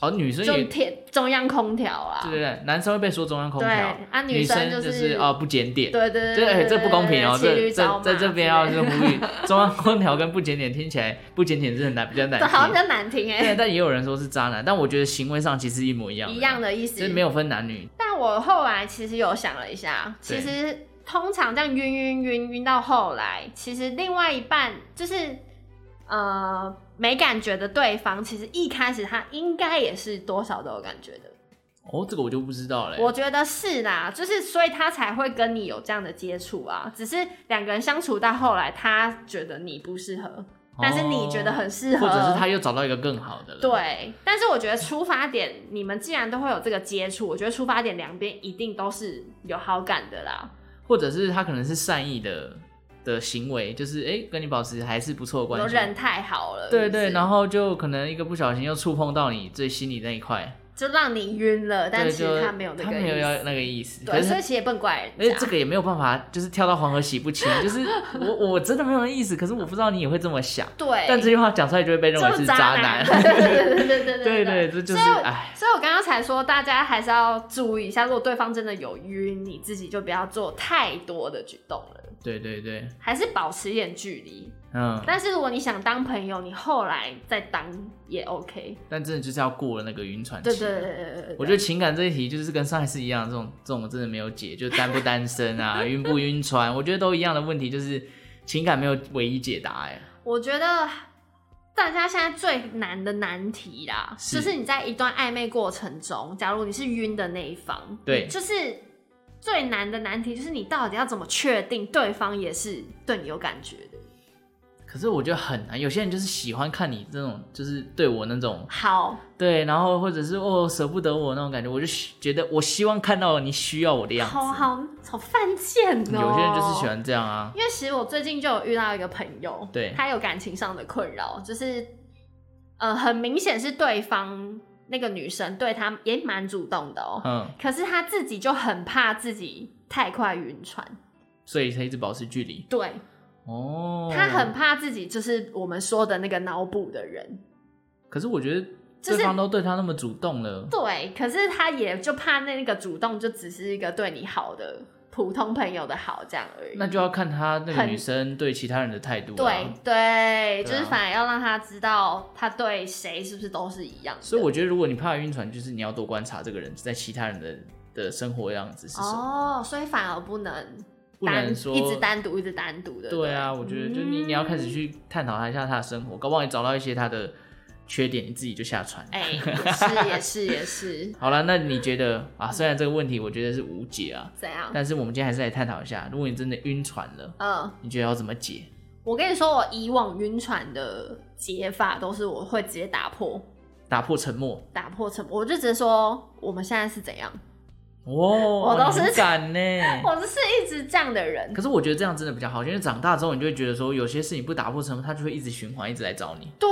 Speaker 1: 哦，女生也
Speaker 2: 就贴中央空调啊，
Speaker 1: 对对对，男生会被说中央空
Speaker 2: 对
Speaker 1: 调，
Speaker 2: 啊女
Speaker 1: 女
Speaker 2: 生就
Speaker 1: 就是啊、不检点，
Speaker 2: 对对
Speaker 1: 这哎
Speaker 2: 对，
Speaker 1: 这不公平哦，
Speaker 2: 骑
Speaker 1: 这
Speaker 2: 驴
Speaker 1: 这
Speaker 2: 找
Speaker 1: 在
Speaker 2: 马
Speaker 1: 这边
Speaker 2: 之
Speaker 1: 要
Speaker 2: 类
Speaker 1: 是
Speaker 2: 的
Speaker 1: 呼吁， 中央空调跟不检点听起来不检点是很难比较难
Speaker 2: 这好像比
Speaker 1: 听，
Speaker 2: 较难听
Speaker 1: 对，
Speaker 2: 哎，
Speaker 1: 但也有人说是渣男，但我觉得行为上其实一模一样，
Speaker 2: 一样，的意
Speaker 1: 就是
Speaker 2: 思。
Speaker 1: 没有分男女，
Speaker 2: 但我后来其实有想了一下，
Speaker 1: 对
Speaker 2: 其实通常这样晕晕晕晕到后来，其实另外一半就是呃没感觉的对方，其实一开始他应该也是多少都有感觉的。
Speaker 1: 哦，这个我就不知道了，
Speaker 2: 我觉得是啦，就是所以他才会跟你有这样的接触啊。只是两个人相处到后来，他觉得你不适合，但是你觉得很适合，
Speaker 1: 哦或者是他又找到一个更好的了，，
Speaker 2: 对。但是我觉得出发点，你们既然都会有这个接触，我觉得出发点两边一定都是有好感的啦。
Speaker 1: 或者是他可能是善意的的行为，就是哎、跟你保持还是不错的关
Speaker 2: 有
Speaker 1: 系。
Speaker 2: 人太好了，
Speaker 1: 对
Speaker 2: 是不
Speaker 1: 对，
Speaker 2: 是
Speaker 1: 然后就可能一个不小心又触碰到你最心里那一块，
Speaker 2: 就让你晕了，但
Speaker 1: 对，
Speaker 2: 其
Speaker 1: 就
Speaker 2: 实他没有那
Speaker 1: 他
Speaker 2: 个
Speaker 1: 没有要
Speaker 2: 意思，
Speaker 1: 那个意思，可
Speaker 2: 对，
Speaker 1: 是
Speaker 2: 所以其实也不能怪
Speaker 1: 而且
Speaker 2: 人家。
Speaker 1: 这个也没有办法，就是跳到黄河洗不 清，就是我我真的没有那意思，可是我不知道你也会这么想，
Speaker 2: 对，
Speaker 1: 但这句话讲出来就会被认为
Speaker 2: 就是渣
Speaker 1: 男，
Speaker 2: 对对对对
Speaker 1: 对 对，
Speaker 2: 对对。
Speaker 1: 这就是
Speaker 2: 所以
Speaker 1: 哎，
Speaker 2: 所以我刚刚才说，大家还是要注意一下，如果对方真的有晕，你自己就不要做太多的举动了，
Speaker 1: 对对对，
Speaker 2: 还是保持一点距离。
Speaker 1: 嗯，
Speaker 2: 但是如果你想当朋友，你后来再当也 OK。
Speaker 1: 但真的就是要过了那个晕船期，
Speaker 2: 对对对对对对啊对，
Speaker 1: 我觉得情感这一题就是跟上一次一样，这种这种真的没有解，就单不单身 啊，晕不晕船，我觉得都一样的问题，就是情感没有唯一解答、哎，
Speaker 2: 我觉得大家现在最难的难题啦，
Speaker 1: 是
Speaker 2: 就是你在一段暧昧过程中，假如你是晕的那一方，
Speaker 1: 对
Speaker 2: 就是最难的难题，就是你到底要怎么确定对方也是对你有感觉的？
Speaker 1: 可是我觉得很难，有些人就是喜欢看你这种，就是对我那种
Speaker 2: 好，
Speaker 1: 对，然后或者是哦舍不得我那种感觉，我就喜觉得我希望看到你需要我的样子。
Speaker 2: 好好好犯贱哦、
Speaker 1: 有些人就是喜。欢这样啊，
Speaker 2: 因为其实我最近就有遇到一个朋友，
Speaker 1: 对
Speaker 2: 他有感情上的困扰，就是呃，很明显是对方那个女生对他也蛮主动的哦、
Speaker 1: 嗯，
Speaker 2: 可是他自己就很怕自己太快晕船，
Speaker 1: 所以才一直保持距离。
Speaker 2: 对
Speaker 1: 哦，
Speaker 2: 他很，怕自己就是我们说的那个脑补的人，
Speaker 1: 可是我觉得
Speaker 2: 就是
Speaker 1: 对方都对他那么主动了，
Speaker 2: 对，可是他也就怕那个主动就只是一个对你好的普通朋友的好这样而已。
Speaker 1: 那就要看他那个
Speaker 2: 很
Speaker 1: 女生对其他人的态度、啊。
Speaker 2: 对对，就
Speaker 1: 对
Speaker 2: 是
Speaker 1: 啊
Speaker 2: 反而要让他知道他对谁是不是都是一样的。
Speaker 1: 所以我觉得如果你怕晕船，就是你要多观察这个人在其他人的的生活样子是什么，
Speaker 2: 哦，所以反而不能
Speaker 1: 不
Speaker 2: 单
Speaker 1: 能说
Speaker 2: 一直。单嗯独一直单独的。
Speaker 1: 对啊，我觉得就你你要开始去探讨他一下他的生活，搞不好你找到一些他的缺点，你自己就下船。
Speaker 2: 哎、也是也是也 是，
Speaker 1: 好了，那你觉得啊？虽然这个问题我觉得是无解啊，
Speaker 2: 怎样？
Speaker 1: 但是我们今天还是来探讨一下，如果你真的晕船了，
Speaker 2: 嗯。
Speaker 1: 你觉得要怎么解？
Speaker 2: 我跟你说，我以往晕船的解法都是我会直接打破，
Speaker 1: 打破沉默
Speaker 2: 打破沉默，我就直接说我们现在是怎样。
Speaker 1: 哦，
Speaker 2: 我都是
Speaker 1: 你很敢呢。
Speaker 2: 我就是一直这样的人
Speaker 1: 可，是我觉得这样真的比较好，因为长大之后你就会觉得说，有些事情不打破沉默，它就会一直循环，一直来找你。
Speaker 2: 对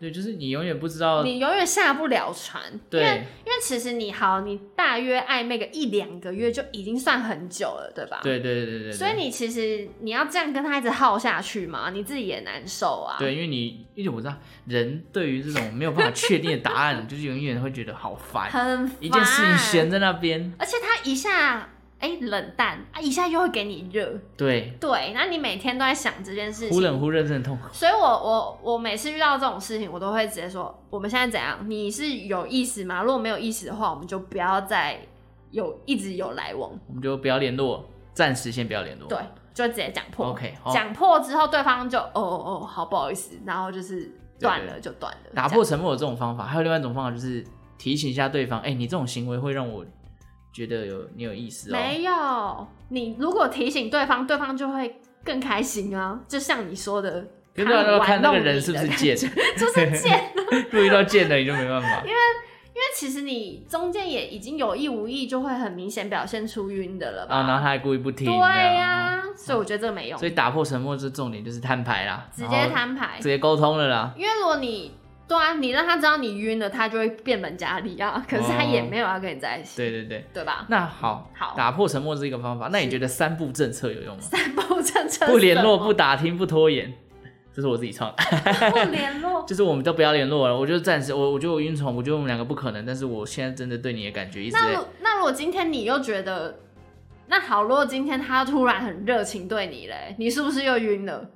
Speaker 1: 对，就是你永远不知道，
Speaker 2: 你永远下不了船。因为
Speaker 1: 对
Speaker 2: 因为其实你好，你大约暧昧个一两个月就已经算很久了，对吧？。
Speaker 1: 对对对对对。
Speaker 2: 所以你其实你要这样跟他一直耗下去嘛，你自己也难受啊。
Speaker 1: 对，因为你因为我知道人对于这种没有办法确定的答案， 就是永远会觉得好烦，
Speaker 2: 很烦。
Speaker 1: 一件事情悬在那边。
Speaker 2: 而且他一下哎、冷淡，啊一下又会给你热，
Speaker 1: 对，
Speaker 2: 对，那你每天都在想这件事情，
Speaker 1: 忽冷忽热真的很痛苦。
Speaker 2: 所以我我我每次遇到这种事情，我都会直接说：我们现在怎样？你是有意思吗？如果没有意思的话，我们就不要再有一直有来往，
Speaker 1: 我们就不要联络，暂时先不要联络。
Speaker 2: 对，就直接讲破。
Speaker 1: OK，好
Speaker 2: 讲破之后，对方就哦哦哦，好不好意思，然后就是断了就断了，
Speaker 1: 打
Speaker 2: 这样
Speaker 1: 破沉默有这种方法，还有另外一种方法就是提醒一下对方，哎、你这种行为会让我觉得有你有意思哦。
Speaker 2: 没有。你如果提醒对方，对方就会更开心啊。就像你说的，
Speaker 1: 可是要
Speaker 2: 他
Speaker 1: 看
Speaker 2: 玩
Speaker 1: 那
Speaker 2: 弄
Speaker 1: 个
Speaker 2: 你的
Speaker 1: 人是不是
Speaker 2: 感
Speaker 1: 贱
Speaker 2: 觉，就是贱。
Speaker 1: 如果遇到贱的你就没办法。
Speaker 2: 因为 其实你中间也已经有意无意就会很明显表现出晕的了吧？
Speaker 1: 啊，然后他还故意不听。
Speaker 2: 对
Speaker 1: 这
Speaker 2: 呀、
Speaker 1: 样
Speaker 2: 所以我觉得这个没用
Speaker 1: 所，以打破沉默这重点就是摊牌啦，
Speaker 2: 直
Speaker 1: 然
Speaker 2: 接
Speaker 1: 后
Speaker 2: 摊牌
Speaker 1: 直。接沟通了啦。
Speaker 2: 因为如果你对啊，你让他知道你晕了，他就会变本加厉啊。可是他也没有要跟你在一起，
Speaker 1: 哦对对对，
Speaker 2: 对吧？
Speaker 1: 那好，
Speaker 2: 好
Speaker 1: 打破沉默是一个方法。那你觉得三步政策有用吗？
Speaker 2: 三不正正，
Speaker 1: 不联络、不打听、不拖延，这是我自己创的。
Speaker 2: 不联络，
Speaker 1: 就是我们都不要联络了，我就暂时我我觉得我晕船，我觉得我们两个不可能，但是我现在真的 对你的感觉一直
Speaker 2: 那
Speaker 1: 在
Speaker 2: 如那如果今天你又觉得，那好，如果今天他突然很热情对你嘞，你是不是又晕了？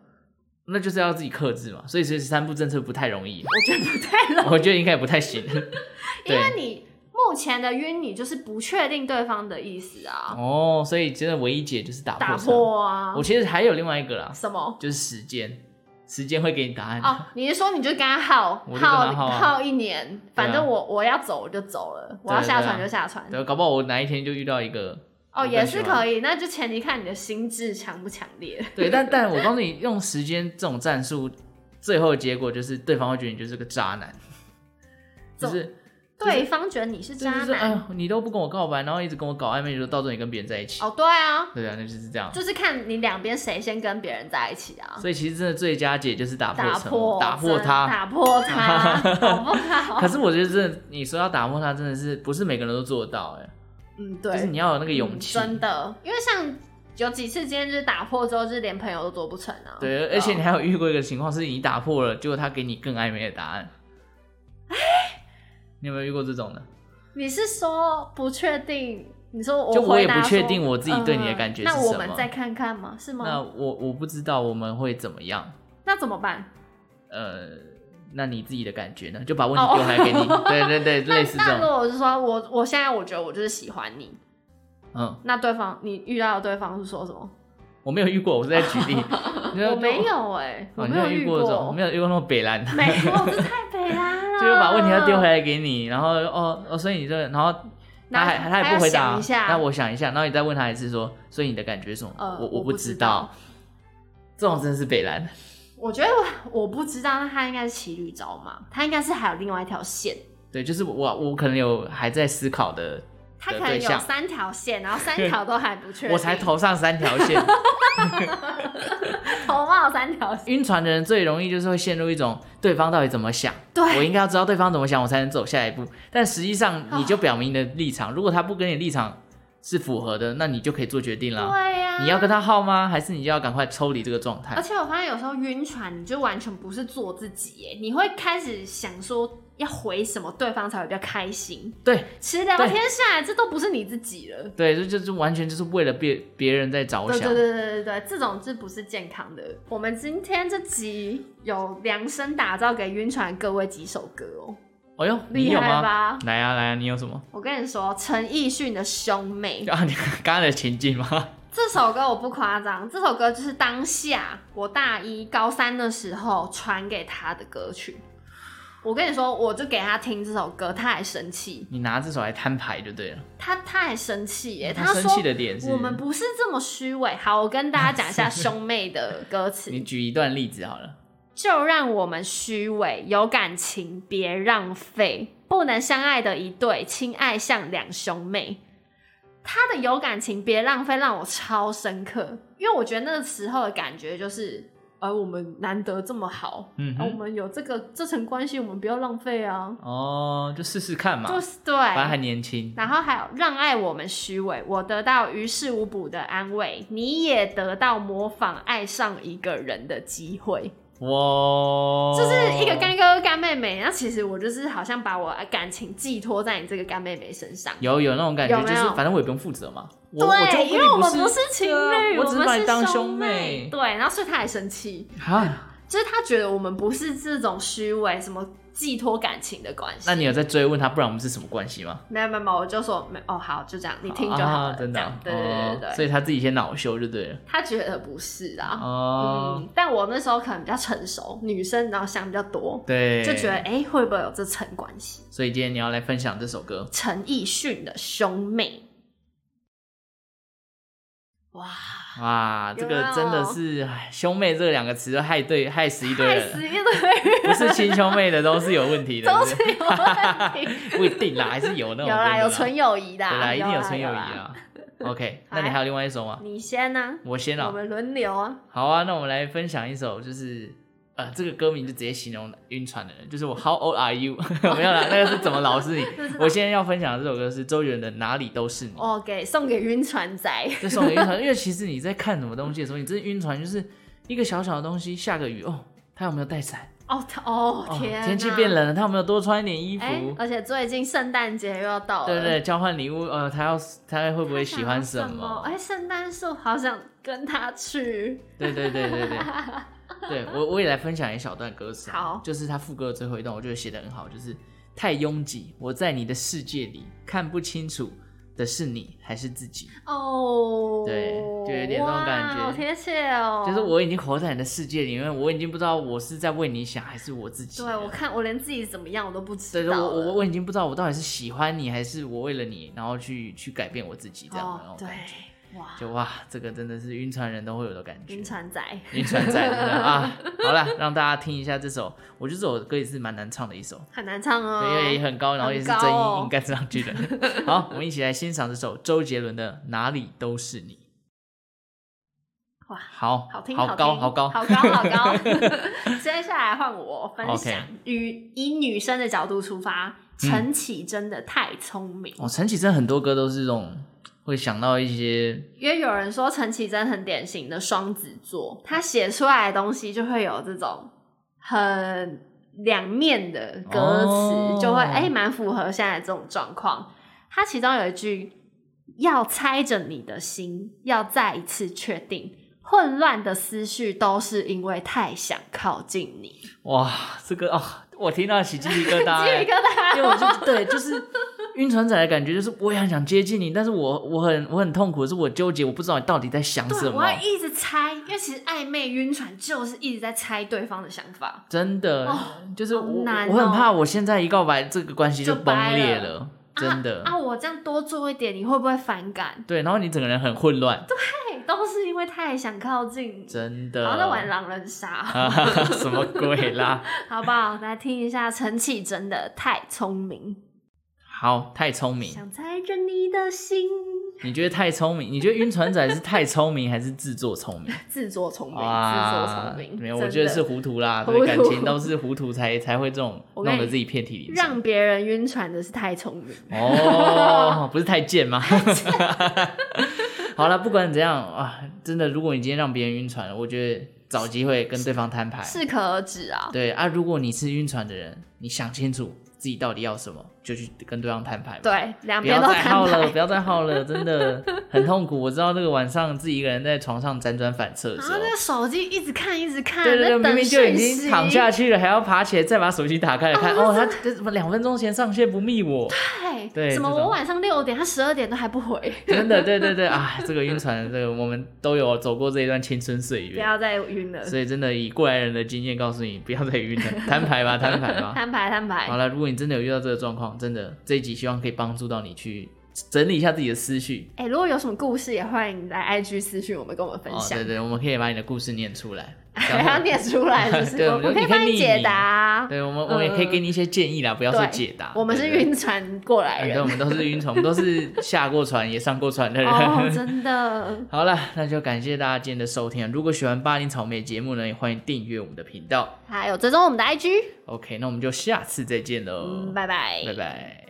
Speaker 1: 那就是要自己克制嘛。所以，所以三步政策不太容易，
Speaker 2: 我觉得不太容
Speaker 1: 我觉得应该也不太 行。
Speaker 2: 易，因为
Speaker 1: 对
Speaker 2: 你目前的晕，你就是不确定对方的意思啊，
Speaker 1: 哦，所以真的唯一解就是打破。
Speaker 2: 打。破啊
Speaker 1: 我，其实还有另外一个啦，
Speaker 2: 什么？
Speaker 1: 就是时间，时间会给你答案。
Speaker 2: 哦，你是说你就跟他耗
Speaker 1: 我就跟
Speaker 2: 耗
Speaker 1: 他耗啊
Speaker 2: 耗一年，反正我我要走我就走了，我要
Speaker 1: 对
Speaker 2: 下
Speaker 1: 对啊
Speaker 2: 船就下船。
Speaker 1: 对，搞不好我哪一天就遇到一个
Speaker 2: 哦，也是
Speaker 1: 以。
Speaker 2: 可以，那就前提看你的心智强不强烈。
Speaker 1: 对，但但我告诉你，用时间这种战术，最后的结果就是对方会觉得你就是个渣男，就
Speaker 2: 怎么
Speaker 1: 是
Speaker 2: 对方觉得你是
Speaker 1: 就
Speaker 2: 渣
Speaker 1: 是说，哎
Speaker 2: 男。
Speaker 1: 呦，你都不跟我告白，然后一直跟我搞暧昧，就到最后你跟别人在一起。
Speaker 2: 哦，对啊，
Speaker 1: 对啊，那就是这样。
Speaker 2: 就是看你两边谁先跟别人在一起啊，
Speaker 1: 所以其实真的最佳解就是打破
Speaker 2: 打
Speaker 1: 沉默，
Speaker 2: 破
Speaker 1: 打破
Speaker 2: 真
Speaker 1: 它。
Speaker 2: 打破它， 好不好？
Speaker 1: 可是我觉得真的，你说要打破它，真的是不是每个人都做得到哎、
Speaker 2: 嗯，对，
Speaker 1: 就是你要有那个勇气、
Speaker 2: 嗯真的，因为像有几次今天就是打破之后，就是连朋友都做不成啊。
Speaker 1: 对，而且你还有遇过一个情况，是你打破了，结果他给你更暧昧的答案。你有没有遇过这种的？
Speaker 2: 你是说不确定？你说我
Speaker 1: 就我也
Speaker 2: 回答
Speaker 1: 不
Speaker 2: 说
Speaker 1: 确定我自己对你的感觉是
Speaker 2: 嗯
Speaker 1: 什么
Speaker 2: 那我们再看看吗？是吗？
Speaker 1: 那
Speaker 2: 那
Speaker 1: 我我不知道我们会怎么样，
Speaker 2: 怎么办？
Speaker 1: 呃，那你自己的感觉呢？就把问题丢回来给你。
Speaker 2: 哦
Speaker 1: 对对对，
Speaker 2: 那
Speaker 1: 类似
Speaker 2: 那
Speaker 1: 这
Speaker 2: 如
Speaker 1: 种，
Speaker 2: 果我是说我我现在我觉得我就是喜欢你，
Speaker 1: 嗯，
Speaker 2: 那对方你遇到的对方是说什么？
Speaker 1: 我没有遇过，我是在举 例。
Speaker 2: 我没，有哎、
Speaker 1: 哦
Speaker 2: 我
Speaker 1: 你
Speaker 2: 没有
Speaker 1: 遇
Speaker 2: 过，
Speaker 1: 这种，没有遇过那么北蓝的。
Speaker 2: 没有，这太北啦了。
Speaker 1: 就是把问题要丢回来给你，然后哦哦，所以你这，然后他还
Speaker 2: 然后
Speaker 1: 他也不回
Speaker 2: 还
Speaker 1: 答
Speaker 2: 要
Speaker 1: 啊
Speaker 2: 想一下，
Speaker 1: 那我想一下，然后你再问他一次说，所以你的感觉是什么？
Speaker 2: 呃
Speaker 1: 我
Speaker 2: 我
Speaker 1: 不
Speaker 2: 不知
Speaker 1: 道
Speaker 2: 道，
Speaker 1: 这种真的是北兰，
Speaker 2: 我觉得我我不知道，那他应该是骑驴找马，他应该是还有另外一条线，
Speaker 1: 对，就是我我可能有还在思考的，
Speaker 2: 他
Speaker 1: 的
Speaker 2: 可能
Speaker 1: 对
Speaker 2: 有
Speaker 1: 象
Speaker 2: 三条线，然后三条都还不确定，
Speaker 1: 我才头上三条 线。
Speaker 2: 头冒三条线，
Speaker 1: 晕船的人最容易就是会陷入一种对方到底怎么想，
Speaker 2: 对啊
Speaker 1: 我应该要知道对方怎么想，我才能走下一步。但实际上你就表明你的立场，如果他不跟你立场是符合的，那你就可以做决定了。
Speaker 2: 对啊呀、
Speaker 1: 你要跟他耗吗？还是你就要赶快抽离这个状态
Speaker 2: 而？且我发现有时候晕船，你就完全不是做自己耶，你会开始想说要回什么，对方才会比较开心。
Speaker 1: 对，
Speaker 2: 其实聊天下来，这都不是你自己了。
Speaker 1: 对，这就是完全就是为了别别人在着
Speaker 2: 对
Speaker 1: 想
Speaker 2: 对。对对对对，这种是不是健康的？我们今天这集有量身打造给晕船各位几首歌哦。
Speaker 1: 哎呦，你
Speaker 2: 厉
Speaker 1: 有
Speaker 2: 害
Speaker 1: 吗
Speaker 2: 吧？
Speaker 1: 来啊来啊，你有什 么？
Speaker 2: 我跟你说，陈奕迅的《兄妹》
Speaker 1: 啊，你刚刚的情境吗？
Speaker 2: 这首歌我不夸张，这首歌就是当下我大一高三的时候传给他的歌曲。我跟你说，我就给他听这首歌，他还生气，
Speaker 1: 你拿这手来摊牌就对了。
Speaker 2: 他他还生气耶，
Speaker 1: 嗯他生
Speaker 2: 哎说
Speaker 1: 气的点是
Speaker 2: 我们不是这么虚伪。好，我跟大家讲 一下兄妹的歌词
Speaker 1: 你，举一段例子好了。
Speaker 2: 就让我们虚伪，有感情别浪费，不能相爱的一对，亲爱像两兄妹。他的有感情别浪费让我超深刻，因为我觉得那个时候的感觉就是，呃，我们难得这么好，
Speaker 1: 嗯
Speaker 2: 呃我
Speaker 1: 哼，
Speaker 2: 们有这个这层关系，我们不要浪费啊，
Speaker 1: 哦，就试试看嘛，
Speaker 2: 就是对，
Speaker 1: 反正还年轻。
Speaker 2: 然后还有让爱我们虚伪，我得到于事无补的安慰，你也得到模仿爱上一个人的机会。
Speaker 1: 哇，
Speaker 2: 就是一个干哥哥干妹妹，那其实我就是好像把我感情寄托在你这个干妹妹身上。
Speaker 1: 有有那种感觉，
Speaker 2: 有
Speaker 1: 就
Speaker 2: 没有
Speaker 1: 是反正我也不用负责嘛。我我就
Speaker 2: 对，因为我们
Speaker 1: 不
Speaker 2: 不是情
Speaker 1: 对
Speaker 2: 侣，
Speaker 1: 啊我只是把
Speaker 2: 们
Speaker 1: 你
Speaker 2: 是
Speaker 1: 当
Speaker 2: 兄
Speaker 1: 妹。
Speaker 2: 对，然后所以他还生气，
Speaker 1: 啊，
Speaker 2: 就是他觉得我们不是这种虚伪、什么寄托感情的关系。
Speaker 1: 那你有在追问他，不然我们是什么关系吗？
Speaker 2: 没有没有没有，我就说没哦，好，就这样，你听就好
Speaker 1: 啊
Speaker 2: 了。
Speaker 1: 真
Speaker 2: 这
Speaker 1: 的啊
Speaker 2: 样。对对对
Speaker 1: 哦
Speaker 2: 对
Speaker 1: 所
Speaker 2: 对，
Speaker 1: 以他自己先恼羞就对了。
Speaker 2: 他觉得不是啊。
Speaker 1: 哦
Speaker 2: 嗯，，但我那时候可能比较成熟，女生然后想比较多，
Speaker 1: 对，
Speaker 2: 就觉得哎、诶会不会有这层关系？
Speaker 1: 所以今天你要来分享这首歌，
Speaker 2: 陈奕迅的兄妹。哇，
Speaker 1: 哇，这
Speaker 2: 有没啊
Speaker 1: 个
Speaker 2: 有
Speaker 1: 真的是哎兄妹这两个词害对害死一堆
Speaker 2: 害死
Speaker 1: 人，
Speaker 2: 一堆人，
Speaker 1: 不是亲兄妹的都是有问题的，
Speaker 2: 都
Speaker 1: 是
Speaker 2: 是
Speaker 1: 不是
Speaker 2: 有问 题。
Speaker 1: 不一定啦，还是有那种
Speaker 2: 有啦，
Speaker 1: 真的
Speaker 2: 有纯友谊的
Speaker 1: 对
Speaker 2: 啊，
Speaker 1: 啦，一定
Speaker 2: 有
Speaker 1: 纯友谊
Speaker 2: 啦。
Speaker 1: 啦。OK，
Speaker 2: 好
Speaker 1: 那你还有另外一首吗？
Speaker 2: 你先呢？
Speaker 1: 我先
Speaker 2: 我
Speaker 1: 啦，
Speaker 2: 们轮流啊。
Speaker 1: 好啊，那我们来分享一首，就是呃，这个歌名就直接形容晕船的人，就是我 How old are you？没有 啦，那个是怎么老是你
Speaker 2: 那是。哪
Speaker 1: 我现在要分享的这首歌是周杰伦的《哪里都是你》。
Speaker 2: 哦，给送给晕船仔。
Speaker 1: 这送给晕船，因为其实你在看什么东西的时候，你真的晕船，就是一个小小的东西，下个雨哦，他有没有带伞？
Speaker 2: 哦他哦
Speaker 1: 哦，
Speaker 2: 天哪，
Speaker 1: 天气变冷了，他有没有多穿一点衣服？
Speaker 2: 哎，而且最近圣诞节又要到了，
Speaker 1: 对对，交换礼物，呃，他要他会不会喜欢什
Speaker 2: 什
Speaker 1: 么？
Speaker 2: 哎，圣诞树好想跟他去。
Speaker 1: 对对对 对对，对我我也来分享一小段歌词，
Speaker 2: 好
Speaker 1: 就是他副歌的最后一段，我觉得写的很好，就是太拥挤，我在你的世界里看不清楚的是你还是自己，
Speaker 2: 哦，
Speaker 1: 对就有点那种感觉
Speaker 2: 哇好贴切哦。
Speaker 1: 就是我已经活在你的世界里面，我已经不知道我是在为你想还是我自己了。
Speaker 2: 对，我看我连自己怎么样我都不
Speaker 1: 对，
Speaker 2: 知
Speaker 1: 我
Speaker 2: 道了。
Speaker 1: 我我已经不知道我到底是喜欢你，还是我为了你，然后去去改变我自己这样的那
Speaker 2: 哦，
Speaker 1: 种
Speaker 2: 对
Speaker 1: 感觉。
Speaker 2: 哇，
Speaker 1: 就哇，这个真的是晕船人都会有的感觉。
Speaker 2: 晕船仔，
Speaker 1: 晕船仔真的啊，好了，让大家听一下这首，我觉得这首歌也是蛮难唱的一首，
Speaker 2: 很难唱哦，
Speaker 1: 对，因为也很高，然后也是真
Speaker 2: 很高
Speaker 1: 音
Speaker 2: 哦
Speaker 1: 应该是上去 的。好，我们一起来欣赏这首周杰伦的《哪里都是你》。
Speaker 2: 哇
Speaker 1: 好，
Speaker 2: 好听，
Speaker 1: 好高，
Speaker 2: 听
Speaker 1: 好高，
Speaker 2: 好高，好 高。 接下来换我分
Speaker 1: OK 嗯
Speaker 2: 享，与以女生的角度出发，陈绮真的太聪明。
Speaker 1: 哦，陈绮贞很多歌都是这种会想到一些，
Speaker 2: 因为有人说陈绮贞很典型的双子座，她写出来的东西就会有这种很两面的歌
Speaker 1: 哦
Speaker 2: 词，就会哎蛮、符合现在这种状况。她其中有一句“要猜着你的心，要再一次确定”。混乱的思绪都是因为太想靠近你，
Speaker 1: 哇，这个啊、我听到起鸡皮疙瘩、
Speaker 2: 鸡皮
Speaker 1: 欸，
Speaker 2: 疙瘩。
Speaker 1: 因为我就对，就是晕船仔的感觉，就是我也很想接近你，但是我我很我很痛苦，是我纠结，我不知道你到底在想什
Speaker 2: 对，
Speaker 1: 么
Speaker 2: 我，要一直猜，因为其实暧昧晕船就是一直在猜对方的想法。
Speaker 1: 真的，
Speaker 2: 哦
Speaker 1: 就是
Speaker 2: 好
Speaker 1: 我、
Speaker 2: 难
Speaker 1: 我很
Speaker 2: 哦
Speaker 1: 怕我现在一告白，这个关系
Speaker 2: 就
Speaker 1: 崩
Speaker 2: 掰
Speaker 1: 裂
Speaker 2: 了
Speaker 1: 了，真的、
Speaker 2: 啊啊，我这样多做一点，你会不会反感？
Speaker 1: 对，然后你整个人很混 乱，
Speaker 2: 对，都是因为太想靠近你，
Speaker 1: 真的，
Speaker 2: 然后在玩狼人杀，
Speaker 1: 啊 什么鬼啦？
Speaker 2: 好不好？来听一下陈绮贞的《太聪明
Speaker 1: 好，太聪》，明，
Speaker 2: 想猜着你的心，
Speaker 1: 你觉得太聪明？你觉得晕船仔是太聪明还是自作聪明？
Speaker 2: 自作聪明，自作
Speaker 1: 哇
Speaker 2: 聪，明，
Speaker 1: 没有，
Speaker 2: 真
Speaker 1: 我
Speaker 2: 的
Speaker 1: 觉得是糊涂啦，
Speaker 2: 糊
Speaker 1: 对，
Speaker 2: 涂
Speaker 1: 感情都是糊涂才才会这种
Speaker 2: 我跟
Speaker 1: 弄
Speaker 2: 你
Speaker 1: 得自己遍体鳞伤。
Speaker 2: 让别人晕船的是太聪明。
Speaker 1: 哦， 不是太贱吗？ 好了，不管怎样啊，真的，如果你今天让别人晕船了，我觉得找机会跟对方摊牌。
Speaker 2: 适可而止啊，
Speaker 1: 对啊，如果你是晕船的人，你想清楚自己到底要什么，就去跟对方摊牌嘛。
Speaker 2: 对，两
Speaker 1: 不
Speaker 2: 边
Speaker 1: 要
Speaker 2: 都
Speaker 1: 再
Speaker 2: 摊
Speaker 1: 耗了，
Speaker 2: 牌
Speaker 1: 不。要再耗了，真的很痛苦。我知道那个晚上自己一个人在床上辗转反侧的
Speaker 2: 然
Speaker 1: 时
Speaker 2: 后
Speaker 1: 候，
Speaker 2: 啊那个手机一直看，一直看，
Speaker 1: 对对对，
Speaker 2: 在
Speaker 1: 明
Speaker 2: 等
Speaker 1: 明就已
Speaker 2: 讯
Speaker 1: 经
Speaker 2: 息
Speaker 1: 躺下去了，还要爬起来再把手机打开来
Speaker 2: 啊
Speaker 1: 看。哦，他这怎么两分钟前上线不密我？
Speaker 2: 哎
Speaker 1: 对
Speaker 2: 怎么
Speaker 1: 这种
Speaker 2: 我晚上六点，他十二点都还不回？
Speaker 1: 真的，对对对，啊，这个晕船，这个我们都有走过这一段青春岁
Speaker 2: 不
Speaker 1: 月，
Speaker 2: 要再晕了，
Speaker 1: 所以真的以过来人的经验告诉你，不要再晕了，摊牌 吧，摊牌吧。
Speaker 2: 摊牌摊牌
Speaker 1: 好。了，如果你真的有遇到这个状况，真的这一集希望可以帮助到你去整理一下自己的思绪。
Speaker 2: 哎、如果有什么故事，也欢迎来 IG 私讯我们，跟我们分
Speaker 1: 哦，
Speaker 2: 享。
Speaker 1: 对对，我们可以把你的故事念出来，
Speaker 2: 还 要念 出来，就是
Speaker 1: 对
Speaker 2: 我
Speaker 1: 我觉得
Speaker 2: 我可
Speaker 1: 你可以
Speaker 2: 以帮
Speaker 1: 匿
Speaker 2: 你解
Speaker 1: 名
Speaker 2: 答啊。
Speaker 1: 对，我们我们也可以给你一些建议啦，不要说
Speaker 2: 对，
Speaker 1: 解答。
Speaker 2: 我们是
Speaker 1: 对对
Speaker 2: 晕船过来
Speaker 1: 对对，
Speaker 2: 人
Speaker 1: 我们都是晕船，我们都是下过船也上过船的人。
Speaker 2: 哦，真的。
Speaker 1: 好了，那就感谢大家今天的收听。啊如果喜欢巴黎草莓节目呢，也欢迎订阅我们的频道。
Speaker 2: 还有追踪我们的 IG，
Speaker 1: OK，那我们就下次再见喽，
Speaker 2: 嗯，拜拜，
Speaker 1: 哦拜拜